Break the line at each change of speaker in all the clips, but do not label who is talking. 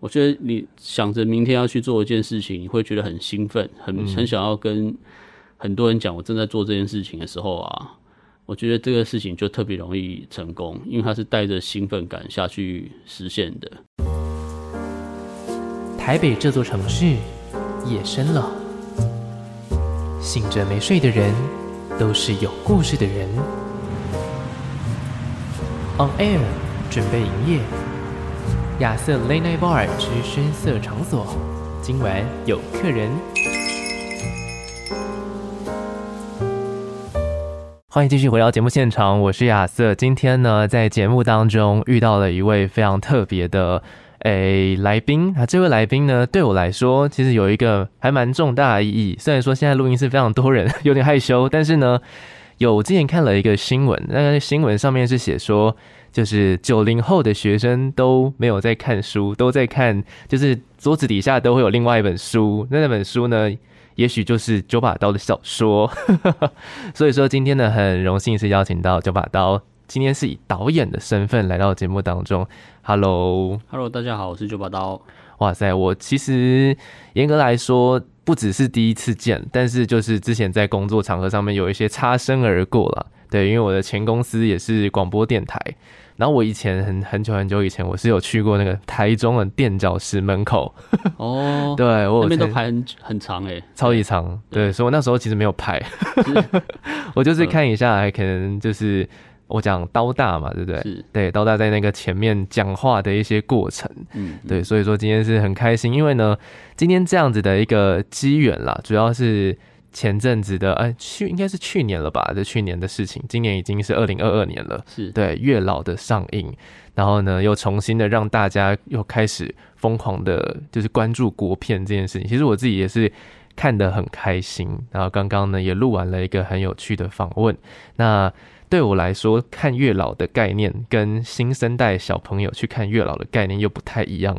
我觉得你想着明天要去做一件事情，你会觉得很兴奋，很很想要跟很多人讲我正在做这件事情的时候啊，我觉得这个事情就特别容易成功，因为它是带着兴奋感下去实现的。
台北这座城市，夜深了，醒着没睡的人，都是有故事的人。On Air 准备营业，亚瑟 Late Night Bar 之深色场所，今晚有客人。欢迎继续回到节目现场，我是亚瑟。今天呢，在节目当中遇到了一位非常特别的诶来宾啊，这位来宾呢，对我来说其实有一个还蛮重大的意义。虽然说现在录音室非常多人， 有点害羞，但是呢，有我之前看了一个新闻，那个新闻上面是写说，就是九零后的学生都没有在看书，都在看，就是桌子底下都会有另外一本书，那那本书呢，也许就是九把刀的小说。 所以说今天呢，很荣幸是邀请到九把刀，今天是以导演的身份来到节目当中。Hello，
Hello，大家好，我是九把刀。
哇塞，我其实严格来说不只是第一次见，但是就是之前在工作场合上面有一些擦身而过了。对，因为我的前公司也是广播电台，然后我以前很很久很久以前，我是有去过那个台中的垫脚石门口，
哦，
对我有
那边都
曾
排很很长哎、
超级长，对，所以我那时候其实没有拍， 我就是看一下，可能就是我讲刀大嘛，对不对？
是，
对，刀大在那个前面讲话的一些过程，
嗯，
对，所以说今天是很开心，因为呢，今天这样子的一个机缘啦，主要是前阵子的，哎，去应该是去年了吧，这去年的事情，今年已经是二零二二年了。
是，嗯
对月老的上映，然后呢，又重新的让大家又开始疯狂的，就是关注国片这件事情。其实我自己也是看得很开心，然后刚刚呢也录完了一个很有趣的访问。那对我来说，看月老的概念跟新生代小朋友去看月老的概念又不太一样，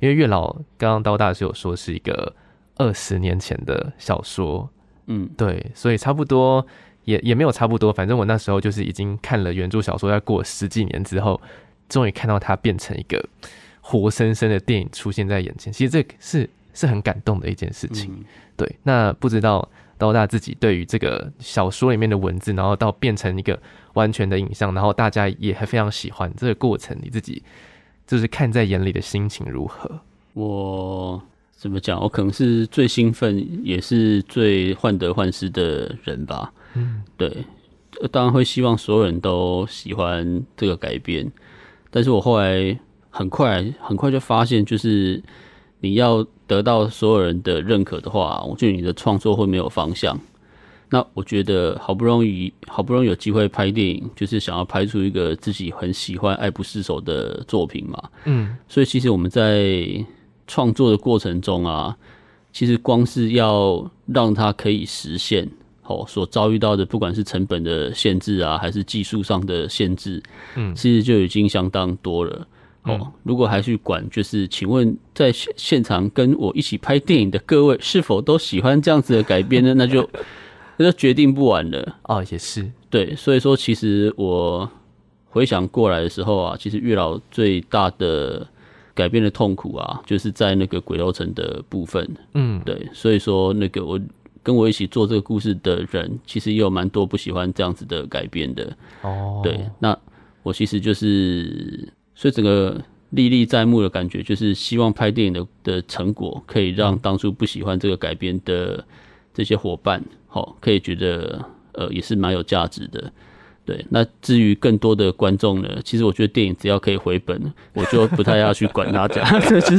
因为月老刚刚刀大是有说是一个二十年前的小说，
嗯，
对，所以差不多也也没有差不多，反正我那时候就是已经看了原著小说，要过十几年之后，终于看到它变成一个活生生的电影出现在眼前，其实这个是是很感动的一件事情。
嗯
对，那不知道刀大自己对于这个小说里面的文字，然后到变成一个完全的影像，然后大家也还非常喜欢这个过程，你自己就是看在眼里的心情如何？
我怎么讲？我可能是最兴奋，也是最患得患失的人吧。
嗯，
对，呃当然会希望所有人都喜欢这个改变，但是我后来很快很快就发现，就是你要得到所有人的认可的话，我觉得你的创作会没有方向。那我觉得好不容易好不容易有机会拍电影，就是想要拍出一个自己很喜欢、爱不释手的作品嘛。
嗯，
所以其实我们在创作的过程中啊，其实光是要让它可以实现，哦，所遭遇到的不管是成本的限制啊，还是技术上的限制，
嗯
其实就已经相当多了。
嗯
哦，如果还去管，就是请问在现现场跟我一起拍电影的各位是否都喜欢这样子的改编呢？那就那就决定不完了。
哦，也是，
对，所以说其实我回想过来的时候啊，其实月老最大的改变的痛苦啊，就是在那个鬼楼城的部分。
嗯，
对，所以说那个我跟我一起做这个故事的人，其实也有蛮多不喜欢这样子的改变的。
哦，
对，那我其实就是，所以整个历历在目的感觉，就是希望拍电影的的成果，可以让当初不喜欢这个改编的这些伙伴，好、可以觉得呃也是蛮有价值的。对，那至于更多的观众呢，其实我觉得电影只要可以回本，我就不太要去管它 这样，就是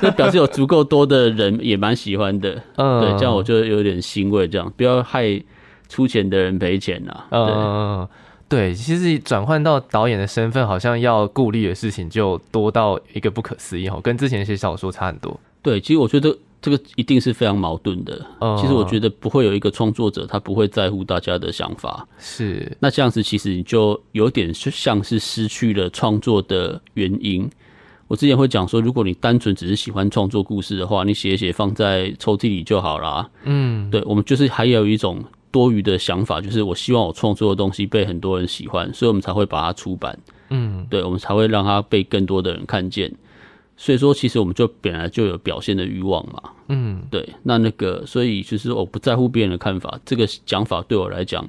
那表示有足够多的人也蛮喜欢的，
嗯
对，这样我就有点欣慰，这样不要害出钱的人赔钱呐、对。
嗯，对，其实转换到导演的身份，好像要顾虑的事情就多到一个不可思议哦，跟之前写小说差很多。
对，其实我觉得这个一定是非常矛盾的。
嗯
其实我觉得不会有一个创作者他不会在乎大家的想法，
是，
那这样子其实你就有点就像是失去了创作的原因。我之前会讲说，如果你单纯只是喜欢创作故事的话，你写一写放在抽屉里就好啦。
嗯，
对我们就是还有一种多余的想法，就是我希望我创作的东西被很多人喜欢，所以我们才会把它出版。
嗯，
对，我们才会让它被更多的人看见。所以说，其实我们就本来就有表现的欲望嘛。
嗯
对，那那个，所以其实我不在乎别人的看法，这个讲法对我来讲，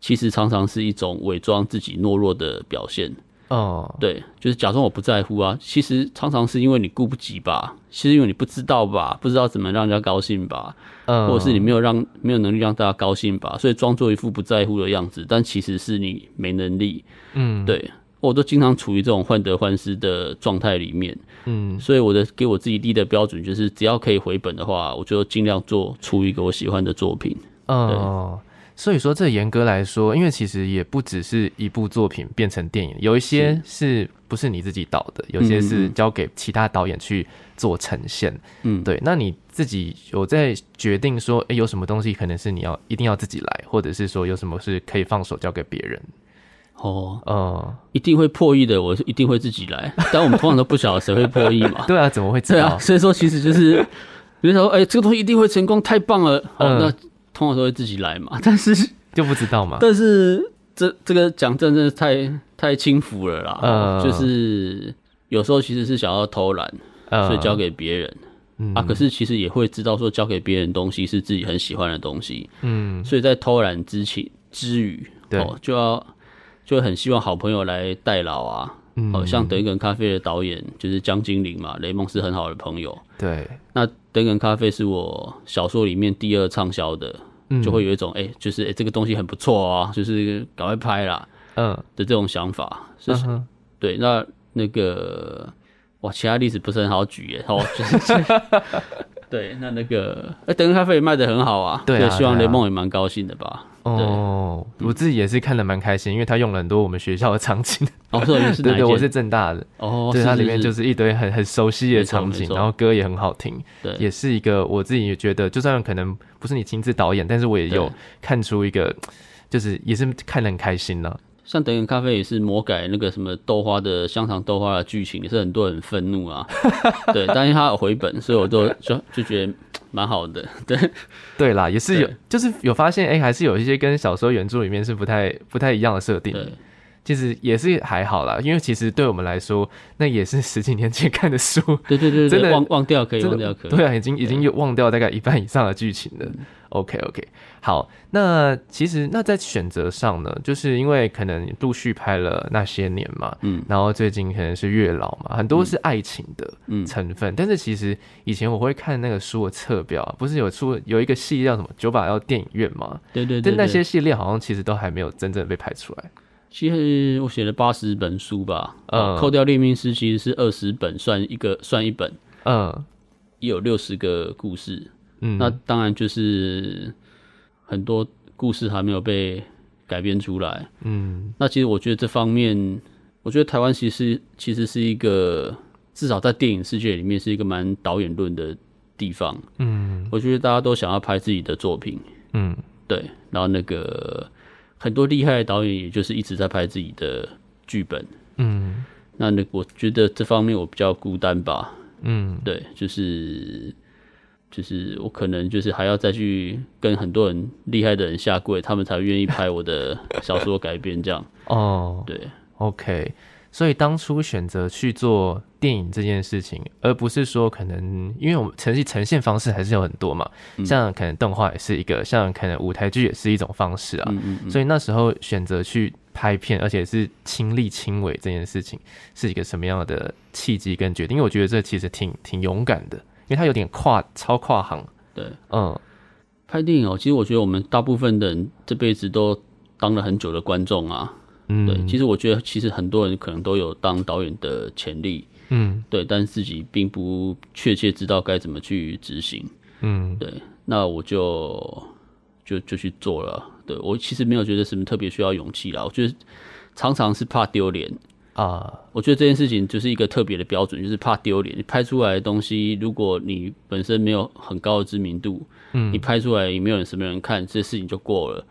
其实常常是一种伪装自己懦弱的表现。
哦，
对，就是假装我不在乎啊，其实常常是因为你顾不及吧，其实因为你不知道吧，不知道怎么让人家高兴吧，
嗯，
或者是你没有让没有能力让大家高兴吧，所以装作一副不在乎的样子，但其实是你没能力。
嗯
对，我都经常处于这种患得患失的状态里面。
嗯
所以我的给我自己立的标准就是，只要可以回本的话，我就尽量做出一个我喜欢的作品。
哦，所以说这严格来说，因为其实也不只是一部作品变成电影，有一些是不是你自己导的，有些
嗯
是
嗯嗯
交给其他导演去做呈现。
嗯，，
对，那你自己有在决定说，诶，有什么东西可能是你要一定要自己来，或者是说有什么是可以放手交给别人？
哦，
哦，
一定会破译的，我一定会自己 来。但我们通常都不晓得谁会破译嘛。
对啊，怎么会知
对
道
啊，？所以说其实就是，比如说，哎、这个东西一定会成功，太棒了。好，
嗯
那通常都会自己来嘛。 但是，
就不知道嘛。
但是这这个讲真的是太太轻浮了啦。
嗯
就是有时候其实是想要偷懒，
呃
所以交给别人、
嗯
啊。可是其实也会知道说，交给别人的东西是自己很喜欢的东西。
嗯
所以在偷懒之情之余，
对
哦、就要就很希望好朋友来代劳啊。
嗯
哦，像德梗咖啡的导演就是江精灵嘛，雷蒙是很好的朋友。
对，
那德梗咖啡是我小说里面第二畅销的，
嗯
就会有一种哎、就是哎、这个东西很不错啊，就是赶快拍啦
嗯
的这种想法。是、
嗯哼
对，那那个哇，其他例子不是很好举耶，哦，就是 对，那那个哎、德梗咖啡也卖的很好啊，
对啊
所以希望
对啊
雷蒙也蛮高兴的吧。
哦，我自己也是看的蛮开心，因为他用了很多我们学校的场景。
哦，所以你是哪
对
一
对，
间
我是正大的，
哦，
对，它里面就是是一堆很很熟悉的
没错
场
没
景，
错
然后歌也很好听，
对
也是一个我自己也觉得，就算可能不是你亲自导演，但是我也有
对
看出一个，就是也是看得很开心呢、
像德眼咖啡也是魔改那个什么豆花的香肠豆花的剧情，也是很多人愤怒 啊。对，但是他有回本，所以我都就就觉得蛮好的。对，
对啦，也是有
对，
就是有发现，哎、还是有一些跟小说原著里面是不太不太一样的设定
对。
其实也是还好啦，因为其实对我们来说，那也是十几年前看的书，
对对对
真
对，
的
忘忘掉可以，
真
忘
的
掉可以。嗯
对啊，已经已经有忘掉大概一半以上的剧情了。OK OK，好，那其实那在选择上呢，就是因为可能陆续拍了那些年嘛，
嗯
然后最近可能是月老嘛，很多是爱情的
嗯
成分，但是其实以前我会看那个书的册表啊，不是有出有一个系列叫什么九把要电影院嘛，
对对对
但
对，
那些系列好像其实都还没有真正被拍出来。
其实我写了八十本书吧，
嗯
呃，扣掉《猎命师》其实是二十本，算一个算一本，
嗯
也有六十个故事。
嗯，
那当然就是很多故事还没有被改编出来。
嗯
那其实我觉得这方面，我觉得台湾其实其实是一个至少在电影世界里面是一个蛮导演论的地方。
嗯
我觉得大家都想要拍自己的作品，
嗯
对，然后那个很多厉害的导演也就是一直在拍自己的剧本。
嗯
那那我觉得这方面我比较孤单吧，
嗯
对，就是就是我可能就是还要再去跟很多人厉害的人下跪，他们才愿意拍我的小说改编这样。
哦，
对，
OK，所以当初选择去做电影这件事情，而不是说可能因为我们呈现呈现方式还是有很多嘛，
嗯
像可能动画也是一个，像可能舞台剧也是一种方式啊。
嗯嗯嗯。
所以那时候选择去拍片，而且是亲力亲为这件事情，是一个什么样的契机跟决定？因为我觉得这其实挺挺勇敢的，因为它有点跨超跨行。
对，
嗯
拍电影哦，其实我觉得我们大部分的人这辈子都当了很久的观众啊。
嗯，
对，其实我觉得其实很多人可能都有当导演的潜力，
嗯
对，但是自己并不确切知道该怎么去执行。
嗯
对，那我就就就去做了。对我其实没有觉得什么特别需要勇气啦，我觉得常常是怕丢脸。
啊
我觉得这件事情就是一个特别的标准，就是怕丢脸。你拍出来的东西，如果你本身没有很高的知名度，
嗯
你拍出来也没有人什么人看，这事情就过了。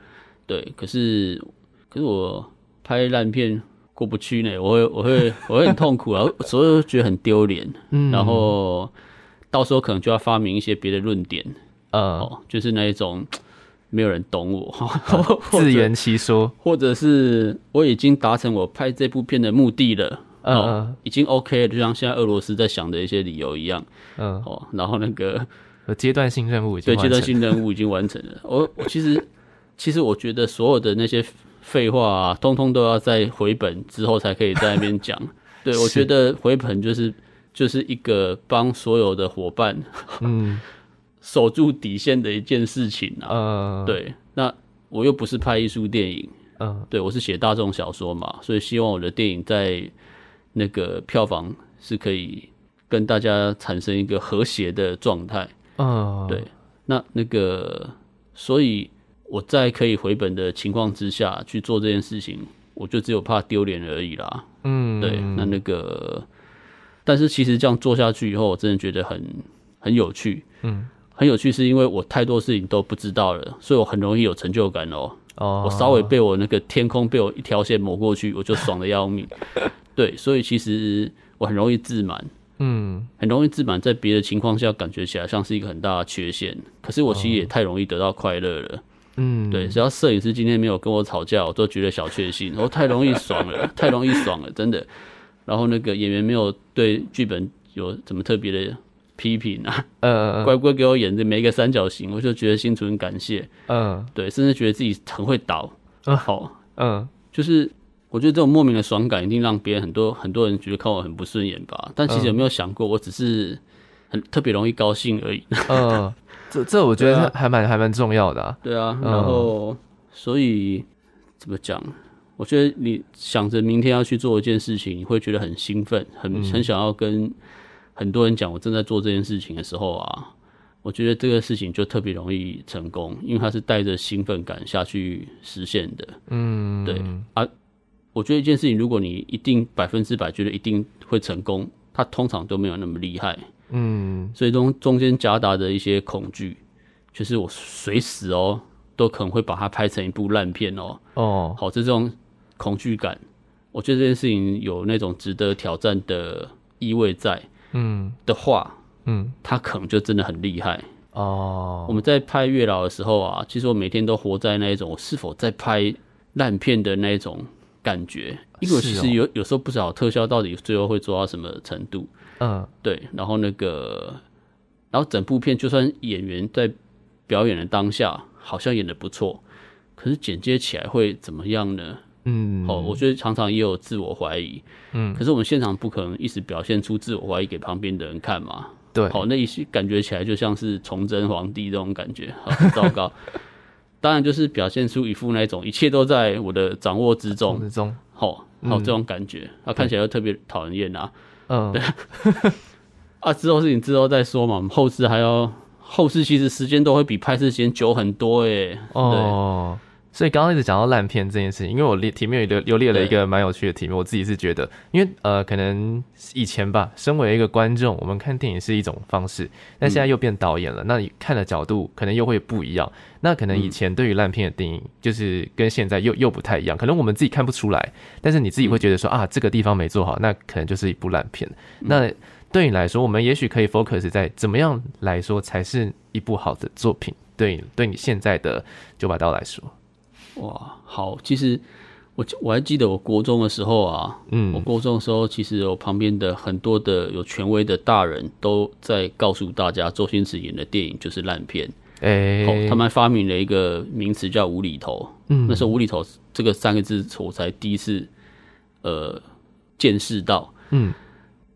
对，可是可是我拍烂片过不去呢，我会我会我会很痛苦啊，我所以我觉得很丢脸。
嗯
然后到时候可能就要发明一些别的论点
呃
哦，就是那一种没有人懂 我，或
哦自
者
圆其说。
或者是我已经达成我拍这部片的目的了，
嗯
哦
嗯，
已经 OK 了，就像现在俄罗斯在想的一些理由一样
嗯，
哦。然后那个
有呃阶段性任务已经
对阶
完
段
成。
性任务已经完成了。我我其实其实我觉得所有的那些废话啊，通通都要在回本之后才可以在那边 讲。对，我
是
觉得回本就是就是一个帮所有的伙伴
嗯
守住底线的一件事情啊。
呃，，
对，那我又不是拍艺术电影，
嗯
对我是写大众小说嘛，所以希望我的电影在那个票房是可以跟大家产生一个和谐的状态。
嗯，
对，那那个，所以我在可以回本的情况之下去做这件事情，我就只有怕丢脸而已啦。
嗯，
对，那那个，但是其实这样做下去以后，我真的觉得很很有趣。
嗯，
很有趣是因为我太多事情都不知道了，所以我很容易有成就感哦。
哦，
我稍微被我那个天空被我一条线抹过去，我就爽的要 命。对，所以其实我很容易自满，
嗯
很容易自满，在别的情况下感觉起来像是一个很大的缺陷。可是我其
哦
实也太容易得到快乐了。
嗯，
对，只要摄影师今天没有跟我吵架，我都觉得小确幸。我太容易爽 了，太容易爽了，真的。然后那个演员没有对剧本有什么特别的批评啊，
呃，
乖乖给我演这每一个三角形，我就觉得心存感谢。
嗯
对，甚至觉得自己很会导。
嗯
好、
嗯
就是我觉得这种莫名的爽感，一定让别人很多很多人觉得看我很不顺眼吧。但
嗯
其实有没有想过，我只是很特别容易高兴而已。
嗯，这这我觉
对
得
啊
还蛮还蛮重要的啊。
对啊，
嗯
然后、所以怎么讲？我觉得你想着明天要去做一件事情，你会觉得很兴奋，很很想要跟很多人讲我正在做这件事情的时候啊，我觉得这个事情就特别容易成功，因为它是带着兴奋感下去实现的。
嗯，
对啊，我觉得一件事情，如果你一定百分之百觉得一定会成功，它通常都没有那么厉害，
嗯
所以中中间夹杂着一些恐惧，就是我随时哦都可能会把它拍成一部烂片哦。
哦，
好，这种恐惧感，我觉得这件事情有那种值得挑战的意味在
嗯
的话，
嗯
它可能就真的很厉害。
哦，
我们在拍月老的时候啊，其实我每天都活在那一种我是否在拍烂片的那一种感觉，因为我其
是哦
实有有时候不知道特效到底最后会做到什么程度。
嗯
对，然后那个，然后整部片就算演员在表演的当下好像演的不错，可是剪接起来会怎么样呢？
嗯，
哦，我觉得常常也有自我怀疑，
嗯
可是我们现场不可能一直表现出自我怀疑给旁边的人看嘛，
对，
好，那一些感觉起来就像是崇祯皇帝这种感觉，好很糟 糕。当然就是表现出一副那种一切都在我的掌握之
我
中，哦
们中，
好，好这种感觉，他、看起来又特别讨人厌啊。
嗯
啊，之后事情之后再说嘛，我们后事还要后事，其实时间都会比拍摄时间久很多欸诶、
哦。所以刚刚一直讲到烂片这件事情，因为我列题目有列有列了一
对
个蛮有趣的题目，我自己是觉得，因为呃，可能以前吧，身为一个观众，我们看电影是一种方式，但现在又变导演了，那你看的角度可能又会不一样。那可能以前对于烂片的定义，就是跟现在又又不太一样，可能我们自己看不出来，但是你自己会觉得说、啊，这个地方没做好，那可能就是一部烂片。那对你来说，我们也许可以 focus 在怎么样来说才是一部好的作品。对你，对你现在的九把刀来说，
对，哇，好，其实我我还记得我国中的时候啊，我
嗯
国中的时候，其实我旁边的很多的有权威的大人都在告诉大家，周星驰演的电影就是烂片。
哎、
哦，他们还发明了一个名词叫“无厘头”。
嗯
那时候“无厘头”这个三个字，我才第一次呃见识到。
嗯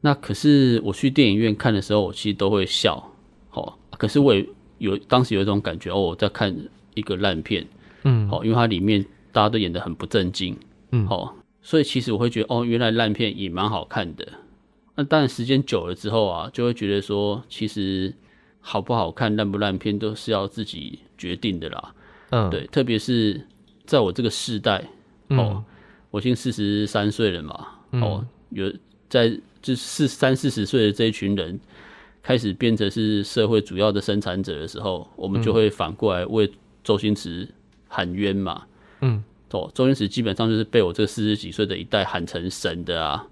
那可是我去电影院看的时候，我其实都会笑。哦，可是我也有当时有一种感觉，哦，我在看一个烂片。
嗯
哦，因为它里面大家都演得很不正经。
嗯
哦，所以其实我会觉得，哦，原来烂片也蛮好看的。那当然，时间久了之后啊，就会觉得说，其实好不好看、烂不烂片都是要自己决定的啦。
嗯，
对，特别是在我这个世代，
嗯
哦，我已经四十三岁了嘛，哦，有在就是四三四十岁的这一群人开始变成是社会主要的生产者的时候，我们就会反过来为周星驰喊冤嘛，
嗯，
哦，周星驰基本上就是被我这四十几岁的一代喊成神的啊，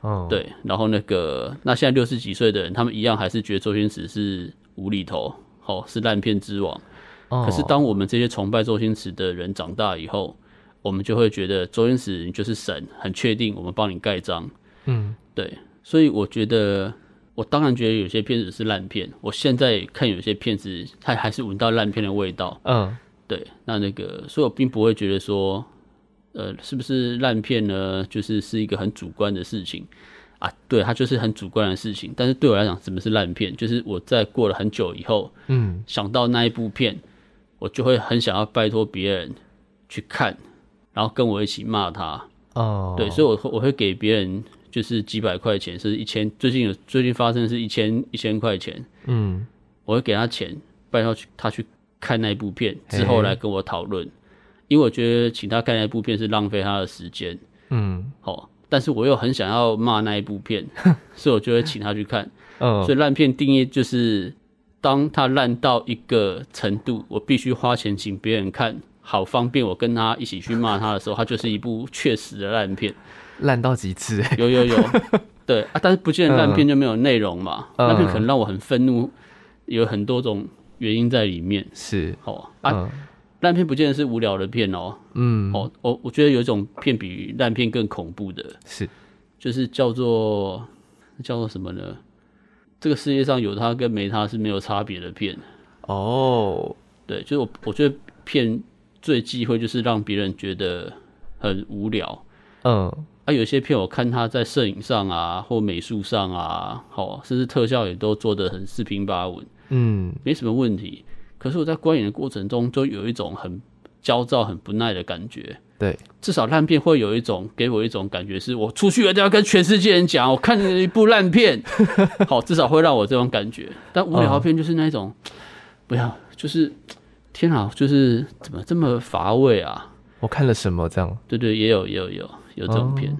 哦，
对，然后那个那现在六十几岁的人，他们一样还是觉得周星驰是无厘头，哦，是烂片之王。
哦，
可是当我们这些崇拜周星驰的人长大以后，我们就会觉得周星驰你就是神，很确定我们帮你盖章。
嗯
对，所以我觉得，我当然觉得有些片子是烂片。我现在看有些片子，它还是闻到烂片的味道。
嗯
对，那那个，所以我并不会觉得说，呃，是不是烂片呢？就是是一个很主观的事情啊。对，它就是很主观的事情。但是对我来讲，什么是烂片？就是我在过了很久以后，
嗯
想到那一部片，我就会很想要拜托别人去看，然后跟我一起骂他。
哦，
对，所以我会我会给别人就是几百块钱，甚至一千。最近有最近发生的是一千一千块钱，
嗯
我会给他钱，拜托去他去看那一部片之
嘿
后来跟我讨论，因为我觉得请他看那一部片是浪费他的时间。
嗯
哦，但是我又很想要骂那一部 片，所以我就会请他去看。
嗯，
所以烂片定义就是，当它烂到一个程度，我必须花钱请别人看，好方便我跟他一起去骂他的时候，它就是一部确实的烂 片。
烂到极致 欸
有有有，对啊，但是不见得烂片就没有内容嘛，
嗯
烂片可能让我很愤怒，有很多种原因在里面。
是
哦啊，
嗯
烂片不见得是无聊的片哦，
嗯
哦，我我觉得有一种片比烂片更恐怖的，
是
就是叫做叫做什么呢？这个世界上有它跟没它是没有差别的片，
哦
对，就是我我觉得片最忌讳就是让别人觉得很无聊，
嗯
啊，有些片我看他在摄影上啊，或美术上啊，好、甚至特效也都做得很四平八稳，
嗯
没什么问题。可是我在观影的过程中，就有一种很焦躁、很不耐的感觉。
对
至少烂片会有一种给我一种感觉，是我出去一定要跟全世界人讲，我看了一部烂 片，好，至少会让我这种感觉。但无聊片就是那一
哦
种，不要，就是天啊，就是怎么这么乏味啊？
我看了什么这样
对对，也有也有也有有这种片，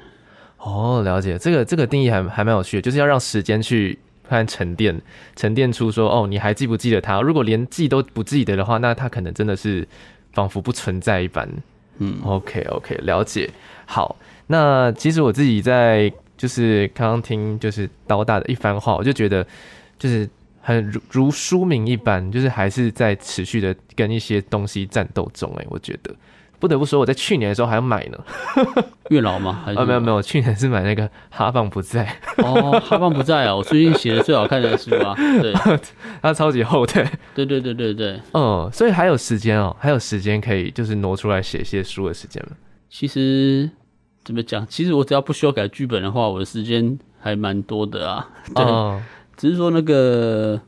哦，了解这个这个定义还还蛮有趣的，就是要让时间去看沉淀，沉淀出说哦，你还记不记得他？如果连记都不记得的话，那他可能真的是仿佛不存在一般。
嗯。
OK OK，了解。好，那其实我自己在就是刚刚听就是刀大的一番话，我就觉得就是很如如书名一般，就是还是在持续的跟一些东西战斗中、欸。哎，我觉得不得不说，我在去年的时候还要买呢。
月老吗？还是
啊，没有没
有
有，去年是买那个《哈棒不在》
哦，哈棒不在啊！我最近写的最好看的书啊，对
它超级厚的。
对对对对对，
嗯，所以还有时间哦，还有时间可以就是挪出来写一些书的时间了。
其实怎么讲？其实我只要不修改剧本的话，我的时间还蛮多的啊。对，
哦，
只是说那个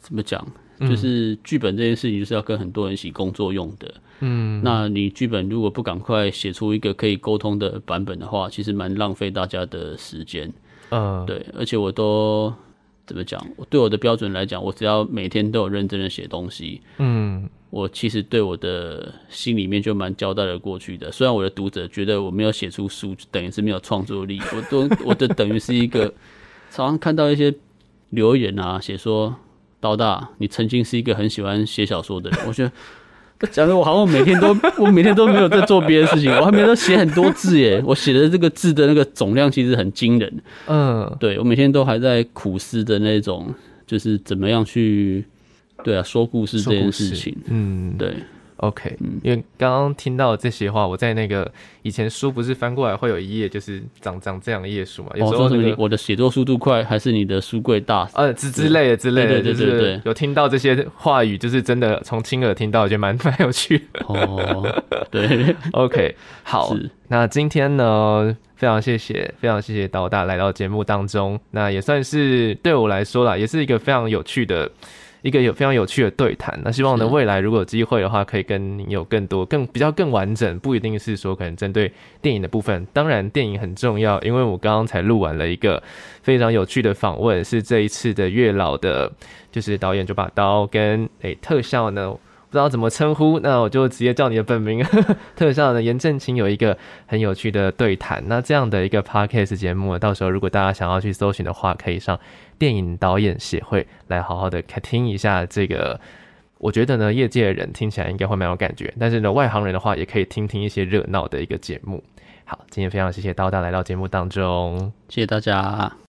怎么讲，
嗯
就是剧本这件事情就是要跟很多人一起工作用的。
嗯，
那你剧本如果不赶快写出一个可以沟通的版本的话，其实蛮浪费大家的时间。
嗯，
对，而且我都怎么讲？我对我的标准来讲，我只要每天都有认真的写东西，
嗯，
我其实对我的心里面就蛮交代的过去的。虽然我的读者觉得我没有写出书，就等于是没有创作力， 我都我这等于是一 个常常看到一些留言啊，写说刀大，你曾经是一个很喜欢写小说的人。我觉得讲的我好像每天都 我每天都没有在做别的事情，我还每天都写很多字耶。我写的这个字的那个总量其实很惊人，
嗯，
对我每天都还在苦思的那种，就是怎么样去对啊说故事这
说
件
故
事
事
情。
嗯，
对，
OK，因为刚刚听到这些话，我在那个以前书不是翻过来会有一页就是长长这样的页数嘛，有
哦，
时
说
候
什
那
么你
个。
我的写作速度快，还是你的书柜大？
呃，之之类的之类
对
的，
对对
就
对对
是有听到这些话语，就是真的从亲耳听到，我觉得蛮蛮有趣的。
哦，对，
OK，好
是，
那今天呢，非常谢谢，非常谢谢导大来到节目当中，那也算是对我来说啦，也是一个非常有趣的。一个有非常有趣的对谈，那希望呢
是
未来如果有机会的话，可以跟你有更多、更比较更完整，不一定是说可能针对电影的部分。当然，电影很重要，因为我刚刚才录完了一个非常有趣的访问，是这一次的月老的，就是导演九把刀跟诶、特效呢，不知道怎么称呼，那我就直接叫你的本名， 特效的严正清有一个很有趣的对谈。那这样的一个 podcast 节目，到时候如果大家想要去搜寻的话，可以上电影导演协会来好好的听一下这个。我觉得呢，业界的人听起来应该会蛮有感觉，但是呢，外行人的话也可以听听一些热闹的一个节目。好，今天非常谢谢刀大来到节目当中。
谢谢大家。